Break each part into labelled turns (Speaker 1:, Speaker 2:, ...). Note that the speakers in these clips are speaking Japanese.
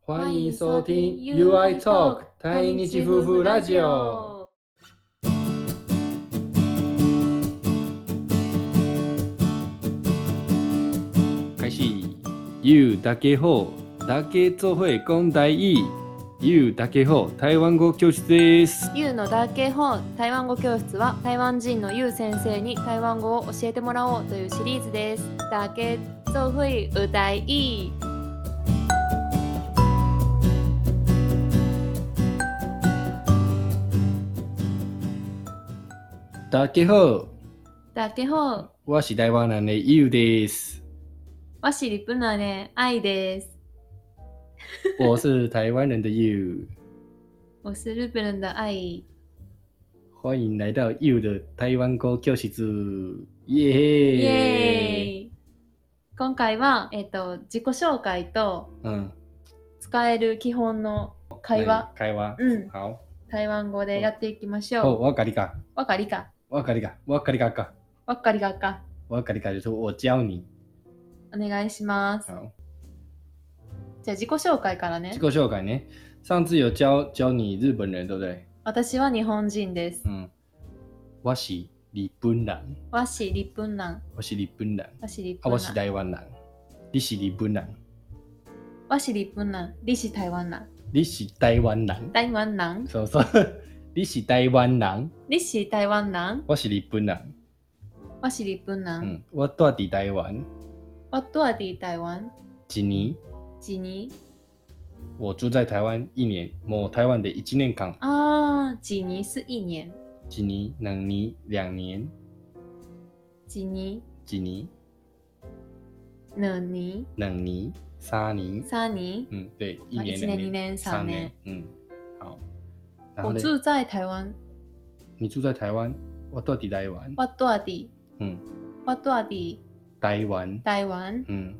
Speaker 1: 欢迎收听 UI Talk 台日夫婦ラジオ。
Speaker 2: 開始 You だけほうだけと会講台语 You だけほう台湾語教室です
Speaker 1: ユウのだけ本台湾語教室は台湾人のユウ先生に台湾語を教えてもらおうというシリーズです。だけ奏会歌い。
Speaker 2: だけほう
Speaker 1: だけ本
Speaker 2: 我是台湾人的 You です
Speaker 1: わしりぷなね愛です。
Speaker 2: 我是台湾人的 You
Speaker 1: 我是日本人的愛。
Speaker 2: 欢迎来到 You 的台湾語教室イエ
Speaker 1: イエ
Speaker 2: ーイ
Speaker 1: ーイ。今回はえっ、と自己紹介と
Speaker 2: うん
Speaker 1: 使える基本の会話、
Speaker 2: 何会話
Speaker 1: うん
Speaker 2: 好
Speaker 1: 台湾語でやっていきまし
Speaker 2: 哦
Speaker 1: ょう。
Speaker 2: わかりか
Speaker 1: わかりか。
Speaker 2: わかりかわかりかか
Speaker 1: わかりがか。
Speaker 2: わかりか就是我教你
Speaker 1: お願いします。
Speaker 2: 好
Speaker 1: じゃあ自己紹介からね
Speaker 2: 自。己紹介ね上次有教教你日本人对不对
Speaker 1: 私は日本人です。
Speaker 2: 嗯，我是日本人，
Speaker 1: わし日本なん。
Speaker 2: 我是日本人，
Speaker 1: わし日
Speaker 2: 啊，
Speaker 1: 本
Speaker 2: 我是
Speaker 1: なん。
Speaker 2: 台湾人，你是日本人，
Speaker 1: わし日本なん。りし台湾なん。
Speaker 2: 你是台湾人，
Speaker 1: 台湾なん。
Speaker 2: 所以说 你是台湾人，
Speaker 1: りし台湾なん。
Speaker 2: 我是日本人，
Speaker 1: わし日本なん。
Speaker 2: 嗯，我住伫台湾
Speaker 1: わっとはで台湾。
Speaker 2: 一年，
Speaker 1: ジニー。
Speaker 2: 我住在台湾一年，我台湾的一年間，
Speaker 1: あー、ジニーすい年。
Speaker 2: 一年、两年、两年、
Speaker 1: ジニ
Speaker 2: 一年、
Speaker 1: ー、ぬに、
Speaker 2: 两年、三年，
Speaker 1: さに。
Speaker 2: 嗯，对，一
Speaker 1: 啊
Speaker 2: 年、
Speaker 1: 一
Speaker 2: 两
Speaker 1: 年一年三
Speaker 2: 三
Speaker 1: 年
Speaker 2: 年，嗯，好，然后
Speaker 1: 我
Speaker 2: 呢，
Speaker 1: 住在台湾。
Speaker 2: 你住在台湾，我住伫台湾，
Speaker 1: わっとはで。
Speaker 2: 嗯。
Speaker 1: わっとはで
Speaker 2: 台湾，
Speaker 1: 台湾。
Speaker 2: 嗯，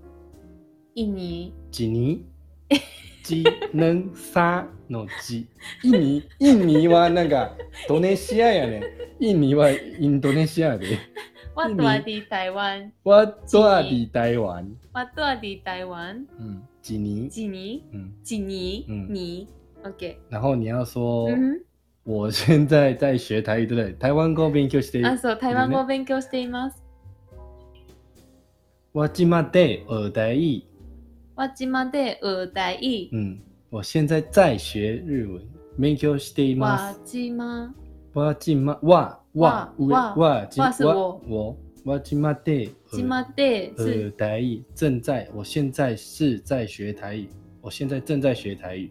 Speaker 1: いに。
Speaker 2: 一年，一能三の一，印尼，印尼はなんかドネシアやね。印尼はインドネシアやで。
Speaker 1: わっとはで台湾。
Speaker 2: 我住伫台湾，
Speaker 1: わっとはで台湾。
Speaker 2: 嗯，一年，
Speaker 1: ジニー。
Speaker 2: 嗯，
Speaker 1: 几尼
Speaker 2: 嗯
Speaker 1: 你，OK，
Speaker 2: 然后你要说，
Speaker 1: 嗯
Speaker 2: 我现在在学台语，对不对？台湾語勉強して
Speaker 1: 哼、あ、
Speaker 2: る。
Speaker 1: そう、台湾語を勉強しています。
Speaker 2: 我今まで学台语，
Speaker 1: わちまでうだい。
Speaker 2: 嗯，我现在在学日文，勉強しています
Speaker 1: わ。ちま、
Speaker 2: 我今ま我
Speaker 1: わ
Speaker 2: 我有
Speaker 1: わ
Speaker 2: 我今
Speaker 1: わ是我
Speaker 2: 我我今まで
Speaker 1: ちまです
Speaker 2: 呃台语正在，我现在是在学台语，我现在正在学台语。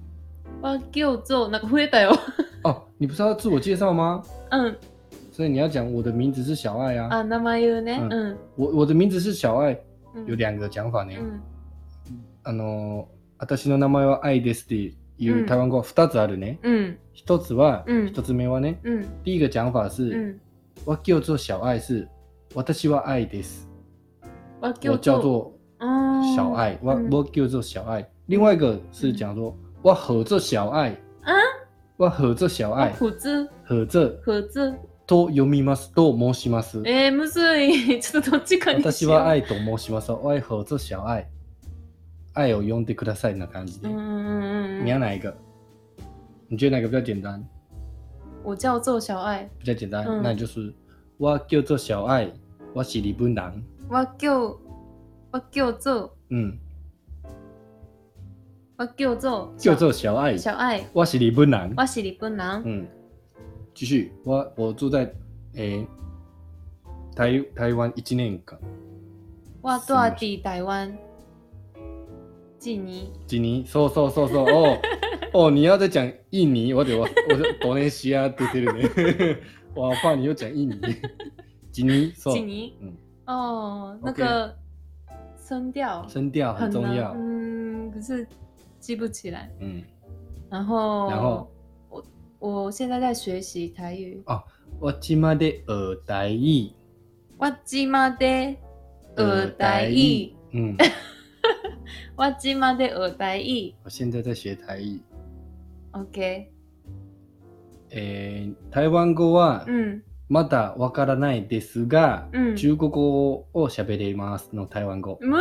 Speaker 1: わ叫做なんか増えた よ。
Speaker 2: 哦，你不是要自我介绍吗？
Speaker 1: うん、
Speaker 2: 所以你要讲我的名字是小爱啊。
Speaker 1: あ、名前言うね。
Speaker 2: う
Speaker 1: うん、
Speaker 2: 我我的名字是小爱，
Speaker 1: うん
Speaker 2: 有两个讲法呢。
Speaker 1: うん、
Speaker 2: あの私の名前は愛ですっていう台湾語は二つあるね。
Speaker 1: うん、
Speaker 2: 一つは
Speaker 1: うん
Speaker 2: 一つ目はね、
Speaker 1: うん、
Speaker 2: 第一个讲法
Speaker 1: う
Speaker 2: 是
Speaker 1: ん。
Speaker 2: 我叫做小爱是私は愛です。
Speaker 1: わ
Speaker 2: 我叫做小
Speaker 1: 小
Speaker 2: 爱，我
Speaker 1: 嗯
Speaker 2: 我叫做小爱。另外一个是讲说我合作小爱
Speaker 1: 啊，
Speaker 2: 我合作小
Speaker 1: あ
Speaker 2: 爱，
Speaker 1: 普通
Speaker 2: 合作
Speaker 1: 普通
Speaker 2: と読みますと申します。
Speaker 1: えー、むず いちょっとどっちかにし
Speaker 2: 私
Speaker 1: よう
Speaker 2: は愛と申します。我合作小愛。愛を呼んでくださいな感じ
Speaker 1: う
Speaker 2: で
Speaker 1: ん。うんう
Speaker 2: 你
Speaker 1: んう
Speaker 2: 要
Speaker 1: ん
Speaker 2: 哪一个？你觉得哪个比较简单？
Speaker 1: 我叫做小愛
Speaker 2: 比较简单，
Speaker 1: 嗯
Speaker 2: 那就是我叫做小爱，我是日本人。
Speaker 1: わきょうわきょうぞ
Speaker 2: 嗯，
Speaker 1: わきょうぞ
Speaker 2: 叫做小爱，
Speaker 1: 小愛
Speaker 2: 我是日本人。
Speaker 1: わし日本なん
Speaker 2: 嗯，继续，我我住在诶、台台湾一年間，
Speaker 1: わとあてぃ台湾ジニ
Speaker 2: 今年そうそうそうそう 哦哦，你要再讲印尼，我得我我就东南西亚对对 对，我怕你又讲 印尼。今年
Speaker 1: ージ
Speaker 2: そう
Speaker 1: ニ
Speaker 2: うん
Speaker 1: ー哦那个声调
Speaker 2: 声调很重
Speaker 1: 难
Speaker 2: 要，
Speaker 1: 嗯可是记不起来。
Speaker 2: 嗯，
Speaker 1: 然后，
Speaker 2: 然后
Speaker 1: 我我现在在学习台语。
Speaker 2: 我ちまで耳台语，
Speaker 1: わちまで耳台语，
Speaker 2: 嗯，
Speaker 1: わちまで耳台语。
Speaker 2: 我现在在学台语。
Speaker 1: OK，
Speaker 2: えー台湾語は
Speaker 1: 嗯
Speaker 2: まだわからないですが、
Speaker 1: 嗯，
Speaker 2: 中国語を喋れますの台湾語。
Speaker 1: む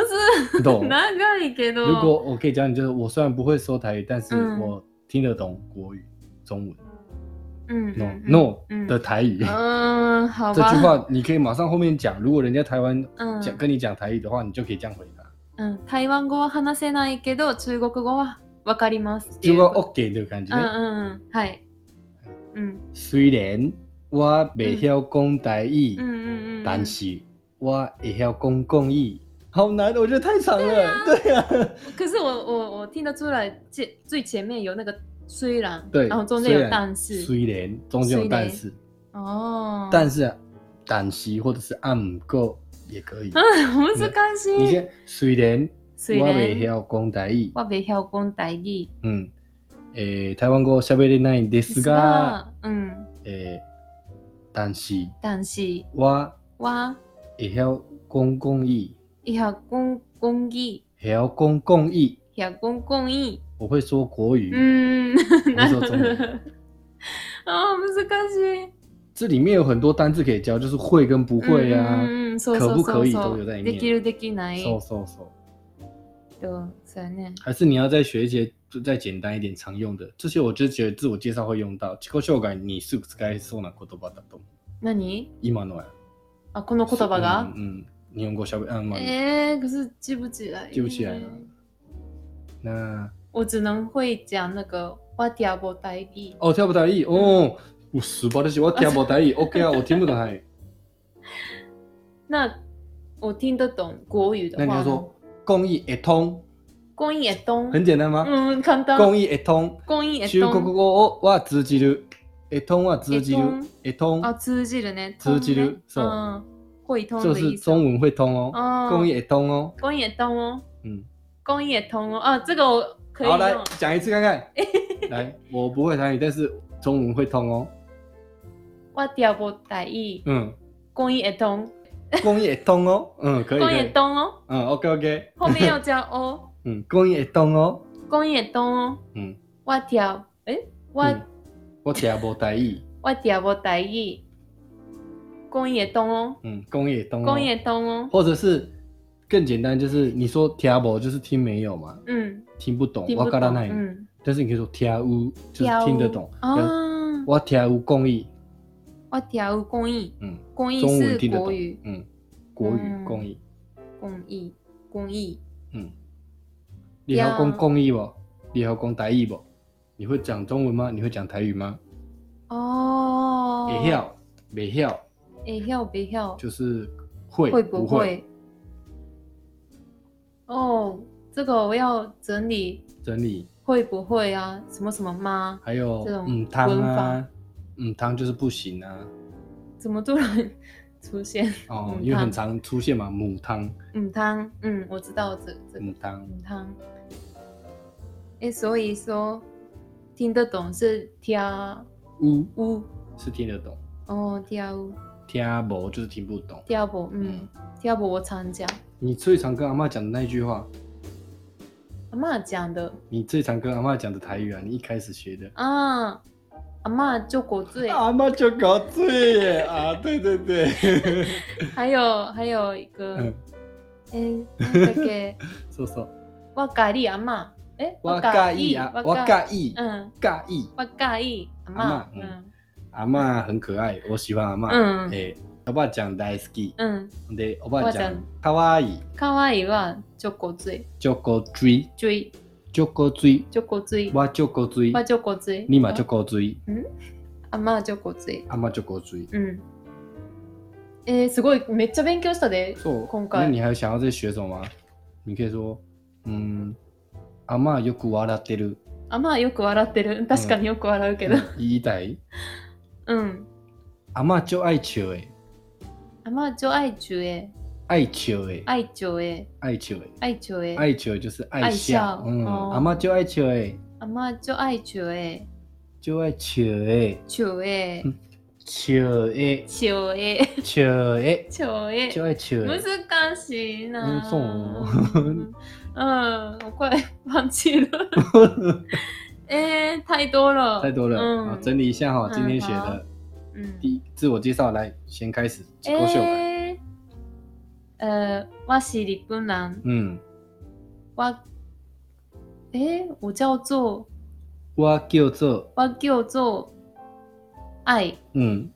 Speaker 1: ず
Speaker 2: どう
Speaker 1: 長いけど。
Speaker 2: 如果我可以讲，就是我虽然不会说台语，但是
Speaker 1: 嗯
Speaker 2: 我听得懂国语、中文。
Speaker 1: 嗯
Speaker 2: no
Speaker 1: 嗯
Speaker 2: no
Speaker 1: 嗯
Speaker 2: 的台语，
Speaker 1: 嗯，好
Speaker 2: 这
Speaker 1: 吧。
Speaker 2: 句话你可以马上后面讲。如果人家台湾
Speaker 1: 嗯
Speaker 2: 讲跟你讲台语的话，你就可以这样回答，
Speaker 1: 嗯，台湾語は話せないけど中国語はわかりますってい
Speaker 2: 就
Speaker 1: う。
Speaker 2: 说 OK 的感觉
Speaker 1: 嗯。嗯嗯，はい。うん
Speaker 2: 虽然我未晓讲台语
Speaker 1: 嗯，嗯嗯。
Speaker 2: 但是我会晓讲共语。好难，我觉得太长了。对啊，
Speaker 1: 可是我我我听得出来，前最前面有那个虽然，
Speaker 2: 对
Speaker 1: 然后中
Speaker 2: 虽
Speaker 1: 间有
Speaker 2: 然
Speaker 1: 但是，
Speaker 2: 虽然中间有但是，
Speaker 1: 哦，
Speaker 2: 但
Speaker 1: 是，
Speaker 2: 是但是或者是按唔够也可以。
Speaker 1: 嗯，我是开
Speaker 2: 你
Speaker 1: 心。
Speaker 2: 先虽然
Speaker 1: 虽
Speaker 2: 我未
Speaker 1: 然
Speaker 2: 晓讲台语，
Speaker 1: 我未晓讲台语，
Speaker 2: 嗯，诶、台湾語喋れないんですが、
Speaker 1: 嗯，
Speaker 2: 诶、但是
Speaker 1: 但是
Speaker 2: 我
Speaker 1: 我
Speaker 2: 会晓讲公益，
Speaker 1: 会晓讲讲语，
Speaker 2: 会晓讲公益，
Speaker 1: 会晓讲讲语，
Speaker 2: 我会说国语。
Speaker 1: 嗯，
Speaker 2: 我是说中文
Speaker 1: 啊，難しい。
Speaker 2: 这里面有很多单字可以教，就是会跟不会啊。
Speaker 1: 嗯嗯嗯哎そ
Speaker 2: 可
Speaker 1: うそう
Speaker 2: 不
Speaker 1: そ
Speaker 2: 可
Speaker 1: う
Speaker 2: 以
Speaker 1: そう
Speaker 2: 都有在里面
Speaker 1: できるできない。
Speaker 2: so so so，
Speaker 1: 对，そうやね。
Speaker 2: 还是你要再学一些就再简单一点常用的，这些我就觉得自我介绍会用到。自己紹介にすぐ使えそうな言葉だと思う。
Speaker 1: 何？
Speaker 2: 今のは。
Speaker 1: あ、この言葉が？
Speaker 2: 嗯，嗯日本語喋啊，まあ
Speaker 1: 哎、可是记不起来，
Speaker 2: 记不起来了那
Speaker 1: 我只能会讲那个我听不台语，
Speaker 2: 哦，跳不台语哦，我素晴らしい，我跳不台 语，OK 啊，我听不懂台语。
Speaker 1: 那我听得懂国语的
Speaker 2: 那你
Speaker 1: 话呢，
Speaker 2: 要说公益一通，
Speaker 1: 公益也懂，
Speaker 2: 很简单吗？
Speaker 1: 嗯，簡単。
Speaker 2: 公益一通，
Speaker 1: 公益也
Speaker 2: 中国
Speaker 1: 懂，
Speaker 2: 語をは通じる。一通は通じる。一通
Speaker 1: 啊，通じるね，
Speaker 2: 通じる
Speaker 1: ね
Speaker 2: そう
Speaker 1: 嗯，会通
Speaker 2: 就
Speaker 1: 的
Speaker 2: 哦是
Speaker 1: 意思。
Speaker 2: 中文会通哦，
Speaker 1: 哦，
Speaker 2: 公益一通哦。
Speaker 1: 公益也懂哦，
Speaker 2: 嗯，
Speaker 1: 公益也通哦，啊，这个我可以
Speaker 2: 好，来
Speaker 1: 用。
Speaker 2: 讲一次看 看。来，我不会台语，但是中文会通哦。
Speaker 1: 我听不台语，
Speaker 2: 嗯，
Speaker 1: 公益也懂，
Speaker 2: 公益一通哦。嗯，可以。
Speaker 1: 公
Speaker 2: 可
Speaker 1: 益也
Speaker 2: 以
Speaker 1: 懂 哦，
Speaker 2: 嗯，OK OK。
Speaker 1: 后面要加哦 o，
Speaker 2: 嗯，公益一通哦。
Speaker 1: 公益也懂哦，
Speaker 2: 嗯，
Speaker 1: 我听，哎、我。
Speaker 2: 嗯我听无台语。
Speaker 1: 我听无台语，讲伊会懂哦，
Speaker 2: 嗯，公益一通哦。
Speaker 1: 讲伊会懂哦。
Speaker 2: 或者是更简单，就是你说听不就是听没有嘛，
Speaker 1: 嗯，
Speaker 2: 听不懂，
Speaker 1: 听
Speaker 2: 哦我
Speaker 1: 不
Speaker 2: 嘎达
Speaker 1: 懂
Speaker 2: 那。里。
Speaker 1: 嗯，
Speaker 2: 但是你可以说听乌，就是
Speaker 1: 有
Speaker 2: 听得懂。
Speaker 1: 啊，
Speaker 2: 我听乌公益，
Speaker 1: 我听有讲伊，
Speaker 2: 嗯
Speaker 1: 讲伊
Speaker 2: 中文
Speaker 1: 是
Speaker 2: 听得
Speaker 1: 国
Speaker 2: 懂
Speaker 1: 语，，
Speaker 2: 嗯，国语
Speaker 1: 嗯
Speaker 2: 公益，
Speaker 1: 讲伊，讲伊，
Speaker 2: 嗯。你要讲公益不？你要讲台语不？你会讲中文吗？你会讲台语吗？
Speaker 1: 哦，
Speaker 2: 会，晓，没晓，
Speaker 1: 会晓，会晓，
Speaker 2: 就是会
Speaker 1: 会
Speaker 2: 不
Speaker 1: 不
Speaker 2: 会？
Speaker 1: 会？哦，这个我要整理，
Speaker 2: 整理
Speaker 1: 会不会啊？什么什么吗？
Speaker 2: 还有
Speaker 1: 这种
Speaker 2: 嗯汤
Speaker 1: 文
Speaker 2: 啊
Speaker 1: 法，
Speaker 2: 嗯汤就是不行啊，
Speaker 1: 怎么突然出现？
Speaker 2: 哦，
Speaker 1: 嗯
Speaker 2: 因为很
Speaker 1: 汤
Speaker 2: 常出现嘛，母汤，
Speaker 1: 嗯，汤，嗯，我知道这这个。
Speaker 2: 母汤，
Speaker 1: 母汤。哎，所以说听得懂是跳
Speaker 2: 乌
Speaker 1: 舞
Speaker 2: 是听得懂，
Speaker 1: 哦，跳舞
Speaker 2: 听不就是听不懂。
Speaker 1: 跳舞，嗯，跳舞我常讲，
Speaker 2: 你最常跟阿妈讲的那句话，
Speaker 1: 阿妈讲的
Speaker 2: 你最常跟阿妈讲的台语啊，你一开始学的。
Speaker 1: 啊，阿妈就果醉，
Speaker 2: 妈就搞醉耶啊！对对 对，
Speaker 1: 还有还有一个，
Speaker 2: 嗯
Speaker 1: 哎，那个
Speaker 2: 说说，
Speaker 1: 我咖喱阿妈，哎，
Speaker 2: 我
Speaker 1: 咖
Speaker 2: 介意啊，我
Speaker 1: 我
Speaker 2: 介意，
Speaker 1: 嗯，
Speaker 2: 介意。
Speaker 1: 我咖喱
Speaker 2: 阿
Speaker 1: 阿妈
Speaker 2: 嬷，
Speaker 1: 嗯
Speaker 2: 阿妈很可爱，我喜欢阿妈。
Speaker 1: 嗯
Speaker 2: 诶，阿爸讲大好き，
Speaker 1: 嗯，
Speaker 2: でおばあちゃ
Speaker 1: おばあちゃ
Speaker 2: ん
Speaker 1: ん
Speaker 2: 可愛い。
Speaker 1: 可愛いは就果醉，
Speaker 2: ちょこ追，
Speaker 1: 追
Speaker 2: ちょこ追，
Speaker 1: 就果醉，
Speaker 2: 我ちょこ追
Speaker 1: 我，就果醉，
Speaker 2: 你嘛ちょこ追，
Speaker 1: 阿妈就果醉。
Speaker 2: 阿妈ちょこ追。
Speaker 1: うん。えー、すごい、めっちゃ勉強したで。
Speaker 2: そう
Speaker 1: 今回
Speaker 2: 那你还想要再学什么吗？你可以说，嗯，阿妈よく笑ってる。嗯
Speaker 1: あ、まあよく笑ってる。確かによく笑うけど。
Speaker 2: 言いたい。
Speaker 1: うん。
Speaker 2: 阿妈就爱笑诶，
Speaker 1: あ、まあ、ちょあいちゅえ。
Speaker 2: 爱球诶，
Speaker 1: 爱久诶，
Speaker 2: 爱球诶，
Speaker 1: 爱久诶，
Speaker 2: 爱球就是爱笑
Speaker 1: 爱笑，
Speaker 2: 嗯，
Speaker 1: 哦
Speaker 2: 阿妈就爱球诶，
Speaker 1: 阿妈就爱久诶，
Speaker 2: 就爱球诶，
Speaker 1: 久诶，
Speaker 2: 球诶，
Speaker 1: 久诶，
Speaker 2: 球诶，
Speaker 1: 久诶
Speaker 2: 就。爱球诶。
Speaker 1: 難しい
Speaker 2: うん
Speaker 1: な。
Speaker 2: そう
Speaker 1: 嗯，我快放 弃了。哎、太多了，
Speaker 2: 太多了，好
Speaker 1: 嗯，
Speaker 2: 整理一下哈，
Speaker 1: 嗯
Speaker 2: 今天写
Speaker 1: 好
Speaker 2: 的
Speaker 1: 嗯，
Speaker 2: 第一自我介绍，来先开始自己秀吧。
Speaker 1: えー呃，我是日本人，
Speaker 2: 嗯，
Speaker 1: 我，哎、我叫做，
Speaker 2: 我叫做
Speaker 1: 我叫做爱，
Speaker 2: 嗯，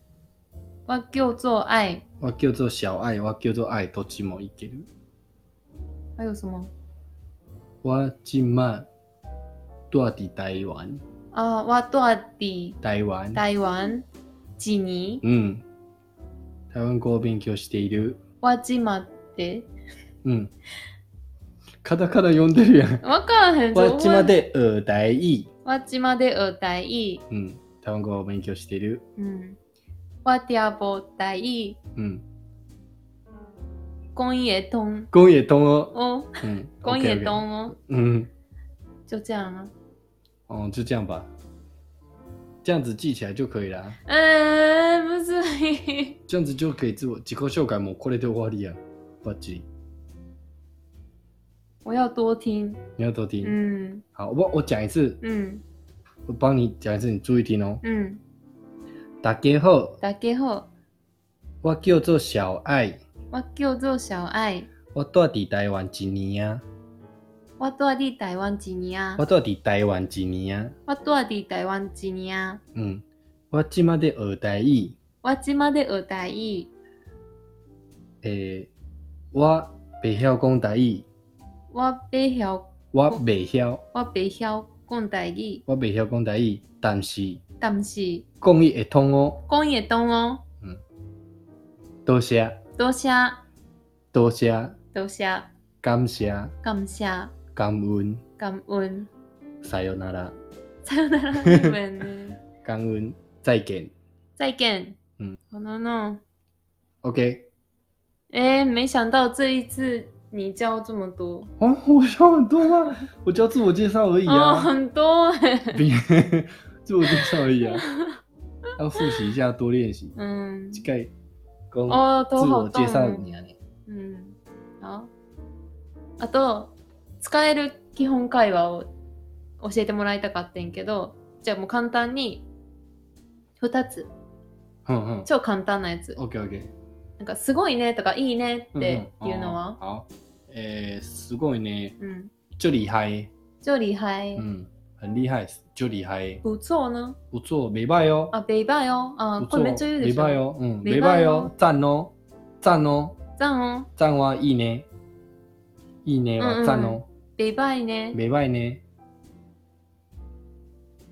Speaker 1: 我叫做爱，
Speaker 2: 我叫做小爱，我叫做爱，どっちもいける。
Speaker 1: 还有什么？
Speaker 2: 我今晚住伫台湾，
Speaker 1: 啊，我住伫
Speaker 2: 台湾，
Speaker 1: 台湾一年，
Speaker 2: 嗯，台湾語を勉強している。
Speaker 1: 我今まで。
Speaker 2: うん。カタカナ読んでる やん。
Speaker 1: わからへん。
Speaker 2: わっちま。で、うだい。
Speaker 1: 我今まで学大一。
Speaker 2: うん。台湾語を勉強している。
Speaker 1: 嗯，我听不大意，
Speaker 2: うん。
Speaker 1: 公也通
Speaker 2: ゴンエトンを。
Speaker 1: 哦，
Speaker 2: うん。
Speaker 1: 公也
Speaker 2: 嗯 OK，OK
Speaker 1: 通哦，
Speaker 2: 嗯。
Speaker 1: 就这样啊。
Speaker 2: 哦，就这样吧，这样子记起来就可以啦，
Speaker 1: 嗯，不是，
Speaker 2: 这样子就可以自我自己修改。もうこれで終わりや。バッチリ。
Speaker 1: 我要多听。
Speaker 2: 你要多听。
Speaker 1: 嗯
Speaker 2: 好，我我讲一次，
Speaker 1: 嗯
Speaker 2: 我帮你讲一次，你注意听哦。
Speaker 1: 嗯，
Speaker 2: 大家好，
Speaker 1: 大家好，
Speaker 2: 我叫做小爱，
Speaker 1: 我叫做小爱，
Speaker 2: 我住伫台湾一年啊，
Speaker 1: 我住伫台湾一年啊
Speaker 2: 我，住伫台湾一年啊。
Speaker 1: 我住伫台湾一年啊，
Speaker 2: 嗯，我即马在学台语，
Speaker 1: 我即马在学大意，
Speaker 2: 诶、我袂晓讲台语，
Speaker 1: 我袂晓，
Speaker 2: 我袂晓，
Speaker 1: 我袂晓讲大意，
Speaker 2: 我袂晓讲台语，但是
Speaker 1: 但是
Speaker 2: 讲伊会通哦。
Speaker 1: 讲也通哦。
Speaker 2: 多谢，
Speaker 1: 多谢
Speaker 2: 多谢。
Speaker 1: 多谢，
Speaker 2: 感谢、
Speaker 1: 感谢，
Speaker 2: 感恩、
Speaker 1: 感恩。
Speaker 2: さよなら、
Speaker 1: さよなら日本ね
Speaker 2: 感恩、再见。
Speaker 1: 再见。
Speaker 2: 嗯，
Speaker 1: 好了呢。
Speaker 2: OK。
Speaker 1: 哎，没想到这一次你教这么多
Speaker 2: 哦，我教很多吗？我教自我介绍而已
Speaker 1: 哦，
Speaker 2: 啊，
Speaker 1: 很多哎。
Speaker 2: 比 自我介绍而已啊，要复习一下，多练习。
Speaker 1: 嗯，
Speaker 2: 这个讲
Speaker 1: 哦，
Speaker 2: 自
Speaker 1: 都好
Speaker 2: 我介
Speaker 1: 动
Speaker 2: 绍
Speaker 1: 哦。
Speaker 2: 你啊，
Speaker 1: 嗯，好。あと使える基本会話を教えてもらいたかったんやけど、じゃあもう簡単に二つ
Speaker 2: 嗯嗯
Speaker 1: 超簡単なやつ。
Speaker 2: ，OK OK。
Speaker 1: なんかすごいねとかいいねっ
Speaker 2: 嗯
Speaker 1: て
Speaker 2: 嗯
Speaker 1: いうの
Speaker 2: 哦
Speaker 1: は、
Speaker 2: 好，诶，すごいね，
Speaker 1: 嗯，
Speaker 2: 就厉害，
Speaker 1: 超厉害。
Speaker 2: 嗯，很厉害，就厉害，
Speaker 1: 不错呢。
Speaker 2: 不错，没败哦，
Speaker 1: あ、ベイバーよ。あ、
Speaker 2: 不
Speaker 1: こ
Speaker 2: 错，
Speaker 1: れめっちゃ言うで
Speaker 2: 没
Speaker 1: しょ。
Speaker 2: 败哦，嗯，
Speaker 1: 没
Speaker 2: 没
Speaker 1: 败
Speaker 2: 败
Speaker 1: 哦
Speaker 2: 哦，赞哦，赞哦。
Speaker 1: じゃん。
Speaker 2: 赞はいいね。いいねは赞哦。
Speaker 1: ベイバーね。
Speaker 2: めばいね。
Speaker 1: じゃん。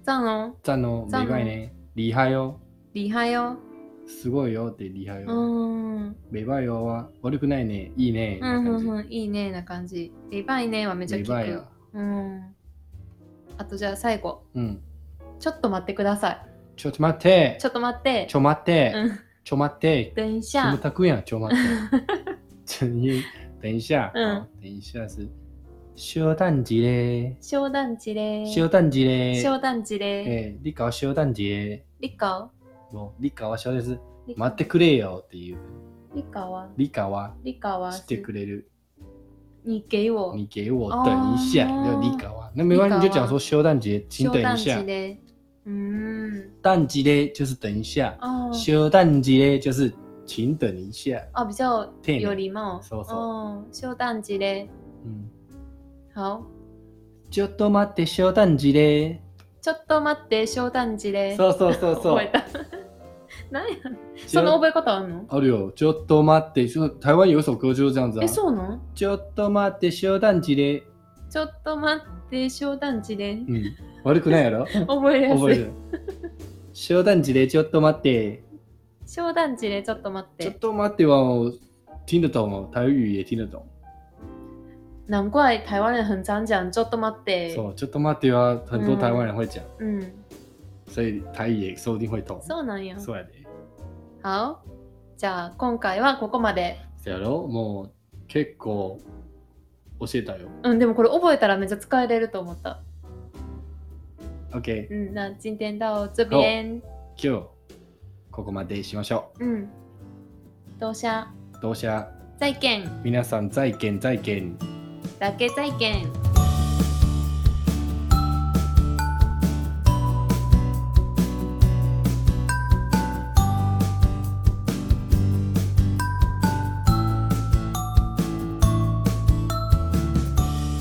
Speaker 2: 赞哦。
Speaker 1: 赞哦
Speaker 2: めばいね。厉害よ。
Speaker 1: リハよ。
Speaker 2: すごいよって厉害
Speaker 1: うー
Speaker 2: よ。
Speaker 1: ん。
Speaker 2: めばいよは悪くないね。いいね。
Speaker 1: うんうんうん。いいねな感じ。ベイバーねはめっちゃ
Speaker 2: め
Speaker 1: 聞
Speaker 2: ばい
Speaker 1: く
Speaker 2: よ。。
Speaker 1: うん。あとじゃあ最後。
Speaker 2: うん。
Speaker 1: ちょっと待ってくださ
Speaker 2: ちょっと待って
Speaker 1: い。ち。ょっと待って
Speaker 2: ち。ょ待っ
Speaker 1: う
Speaker 2: て。
Speaker 1: ん。
Speaker 2: ちょ待って。
Speaker 1: 等一
Speaker 2: キム
Speaker 1: 下。
Speaker 2: タクやん。ちょ待って。ちょい等一下。
Speaker 1: うん
Speaker 2: 好等一下是。小蛋子嘞。
Speaker 1: 商談地で。
Speaker 2: 小蛋子嘞。
Speaker 1: 商談地で。
Speaker 2: えー、リカは小蛋子嘞。
Speaker 1: リカ
Speaker 2: もうリカは小です。
Speaker 1: リカ
Speaker 2: 待ってくれよっていう。
Speaker 1: リカは
Speaker 2: リカは
Speaker 1: リカは
Speaker 2: してくれる。
Speaker 1: 你给我。
Speaker 2: 你给我等一下，
Speaker 1: 哦
Speaker 2: 要你搞啊。那没关系，
Speaker 1: 你
Speaker 2: 你就
Speaker 1: 搞啊
Speaker 2: 讲说休蛋节，请等一
Speaker 1: 商
Speaker 2: 下
Speaker 1: 談地。で。うーん。
Speaker 2: 蛋节嘞就是等一下，
Speaker 1: あー
Speaker 2: 休蛋节嘞就是请等一下。
Speaker 1: あ、比较
Speaker 2: 丁寧
Speaker 1: 有礼貌。
Speaker 2: そうそう
Speaker 1: 哦，商談地で。
Speaker 2: 嗯，
Speaker 1: 好，
Speaker 2: ちょっと待って休蛋节嘞。
Speaker 1: ちょっと待って、商談地で。
Speaker 2: そうそうそうそ
Speaker 1: 覚え
Speaker 2: う。
Speaker 1: た。何やその覚え方あるの
Speaker 2: あるよ。ちょっと待って、就台湾有一首歌就是这样子啊
Speaker 1: え、。そうなん
Speaker 2: ちょっと待って休蛋节嘞。
Speaker 1: ちょっと待って、商談地で。
Speaker 2: 嗯，悪くないやろ？
Speaker 1: 覚えや
Speaker 2: 覚え
Speaker 1: すい。
Speaker 2: る。休蛋节嘞，ちょっと待って。
Speaker 1: 商談地で、ちょっと待っ。
Speaker 2: ちょってと待っては听得懂哦，台语也听得懂。
Speaker 1: 難怪台湾人很常讲、ちょっと待って。
Speaker 2: そう、ちょっと待っては很多台湾人会讲，
Speaker 1: うん。
Speaker 2: 所以台语也说不定会懂。
Speaker 1: そうなんや。
Speaker 2: そうやで。
Speaker 1: 好。じゃあ、今回はここまで。
Speaker 2: せやろもう結構教えたよ。
Speaker 1: うん、でもこれ覚えたらめっちゃ使えれると思った。
Speaker 2: OK、
Speaker 1: うん、那今天到这边。
Speaker 2: 今日ここまでしましょ
Speaker 1: うん。同社、
Speaker 2: う。どうしゃ
Speaker 1: 再见。
Speaker 2: 皆さん在見在見。
Speaker 1: だけ再见。